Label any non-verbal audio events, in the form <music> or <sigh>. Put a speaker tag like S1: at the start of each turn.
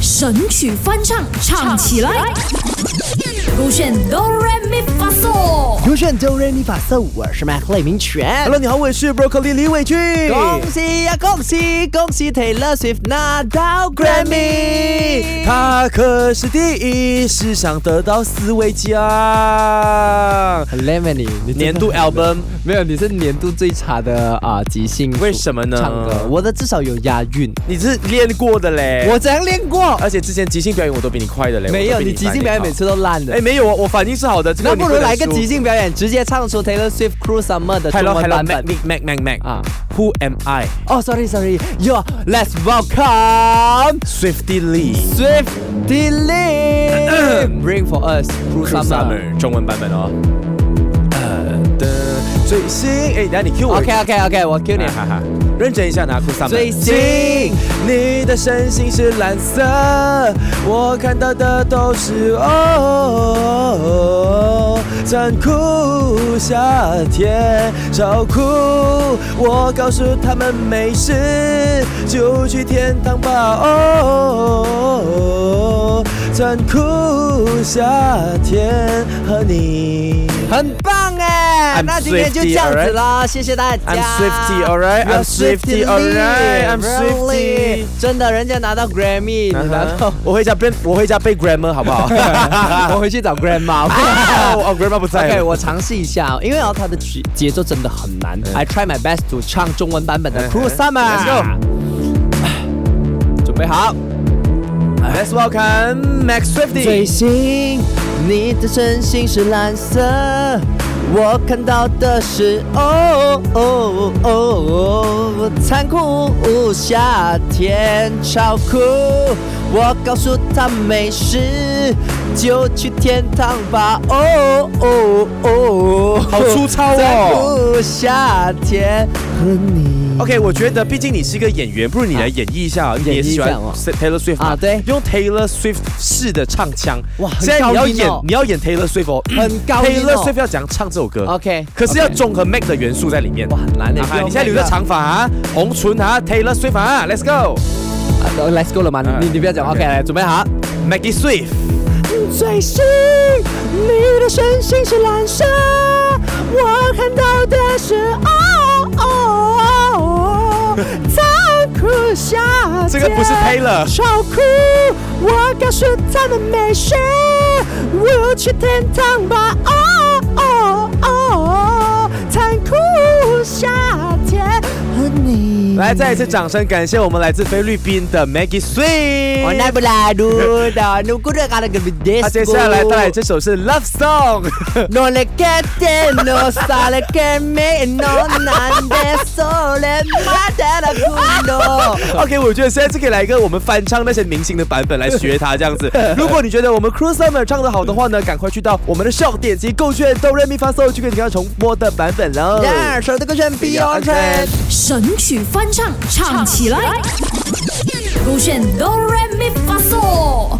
S1: 神曲翻唱，唱起来。勾选哆来咪发嗦，
S2: 优选周瑞米法瑟，我是麦克雷明权。
S3: Hello，你好，我是 Broccoli 李伟俊。
S2: 恭喜呀、恭喜恭喜 Taylor Swift 拿到 Grammy！
S3: 他可是第一，史上得到四位奖，
S2: 很 lemony，你真的
S3: 年度 album。
S2: 没有，你是年度最差的啊即兴
S3: 为什么呢
S2: 唱歌，我的至少有押韵。
S3: 你是练过的嘞，
S2: 我怎样练过？
S3: 而且之前即兴表演我都比你快的嘞，
S2: 没
S3: 哎我
S2: 有，
S3: 都比
S2: 你即兴表演每次
S3: 慢
S2: 都烂
S3: 一点。哎，
S2: 的。
S3: 没有啊，我反应是好的，这
S2: 那
S3: 个
S2: 不如来个即
S3: 兴。
S2: 兴表演，直接唱出 Taylor Swift Cruel Summer 的中
S3: Hello
S2: 文
S3: Hello
S2: 版
S3: Mac
S2: 本。
S3: Mac Mac Mac
S2: 啊
S3: 啊，Who am I？
S2: 哦，sorry Oh, sorry，Yo let's welcome
S3: Swifty Lee。
S2: Swift Delay Bring for us Cruel
S3: Cruel
S2: Summer。
S3: Summer 中文版本哦。呃的最新，哎，等下你 Q 我一
S2: OK
S3: 下。啊
S2: OK OK，我 Q 你。
S3: 哈哈，认真一下拿 Cruel Summer。
S2: 最新
S3: 你的身形是蓝色，我看到的都是哦，残酷夏天超酷。我告诉他们没事，就去天堂吧哦，残酷夏天和你。
S2: 很棒哎，
S3: I'm
S2: 那今天就这样子啦，谢谢大家。
S3: I'm Swiftie, alright?
S2: Real
S3: I'm Swiftie, alright? I'm
S2: really
S3: Swiftie.
S2: 真的，人家拿到 Grammy，你拿到，
S3: 我回家背，我回家背 grammar 好不
S2: <laughs>
S3: 好？
S2: 我回去找 <laughs>
S3: <laughs>
S2: Grandma。
S3: 哦哦，grammar 不在
S2: 哎啊 OK，
S3: 了。
S2: 我尝试一下，因为哦，它的曲节奏真的很难。I try my best to 唱中文版本的《
S3: 嗯
S2: Cruel
S3: 嗯
S2: Summer
S3: Let's》。
S2: <sighs> 准备好。
S3: Let's welcome Max Swifty。
S2: 最新，你的身形是蓝色，我看到的是哦哦哦，残酷夏天超酷，我告诉他没事，就去天堂吧，哦哦哦，
S3: 好粗糙哦
S2: 残酷夏天和你。
S3: OK，我觉得毕竟你是一个演员，不如你来演绎一下啊，你也是喜欢
S2: 演绎一
S3: Taylor Swift 嘛
S2: 啊对
S3: 用 Taylor Swift 式的唱腔。
S2: 哇很
S3: 现在
S2: 高
S3: 你要
S2: 音
S3: 演
S2: 哦，
S3: 你要演 Taylor Swift 哦，
S2: 很高音哦
S3: Taylor Swift 要讲唱这首歌
S2: OK，
S3: 可是要
S2: OK
S3: 综合 Mac 的元素在里面。
S2: 哇很难耶欸
S3: 啊
S2: 不要
S3: 你现在
S2: Mac
S3: 留着
S2: 了
S3: 长发啊，红唇啊，Taylor Swift 啊，Let's go，Maggie
S2: 啊，Let's go 了吗？你你不要讲
S3: OK
S2: ，OK，来准备好。啊
S3: Swift。
S2: 最新，你的身形是蓝色，我看到的是哦哦哦，残酷夏天。
S3: 这个不是 Taylor
S2: 超酷，我告诉他们没事，我去天堂吧，哦哦哦，残酷夏天和你。
S3: 来，再一次掌声感谢我们来自菲律宾的 Maggie Sweet。
S2: 我那不拉鲁的，努古的卡那个比迪斯。
S3: 那啊接下来带来这首是 Love Song，
S2: No le quede, no sale que me, no nande sole mata la culo。
S3: <laughs> OK，我觉得现在是可以来一个我们翻唱那些明星的版本来学它这样子。如果你觉得我们 Cruise Summer 唱的好的话呢，赶快去到我们的 Shop 点击购券哆瑞咪发嗦去看你看重播的版本喽。
S2: 第二首这个选
S3: eh.
S2: Beyond。
S1: 神曲翻唱，唱起来。勾选哆来咪发嗦。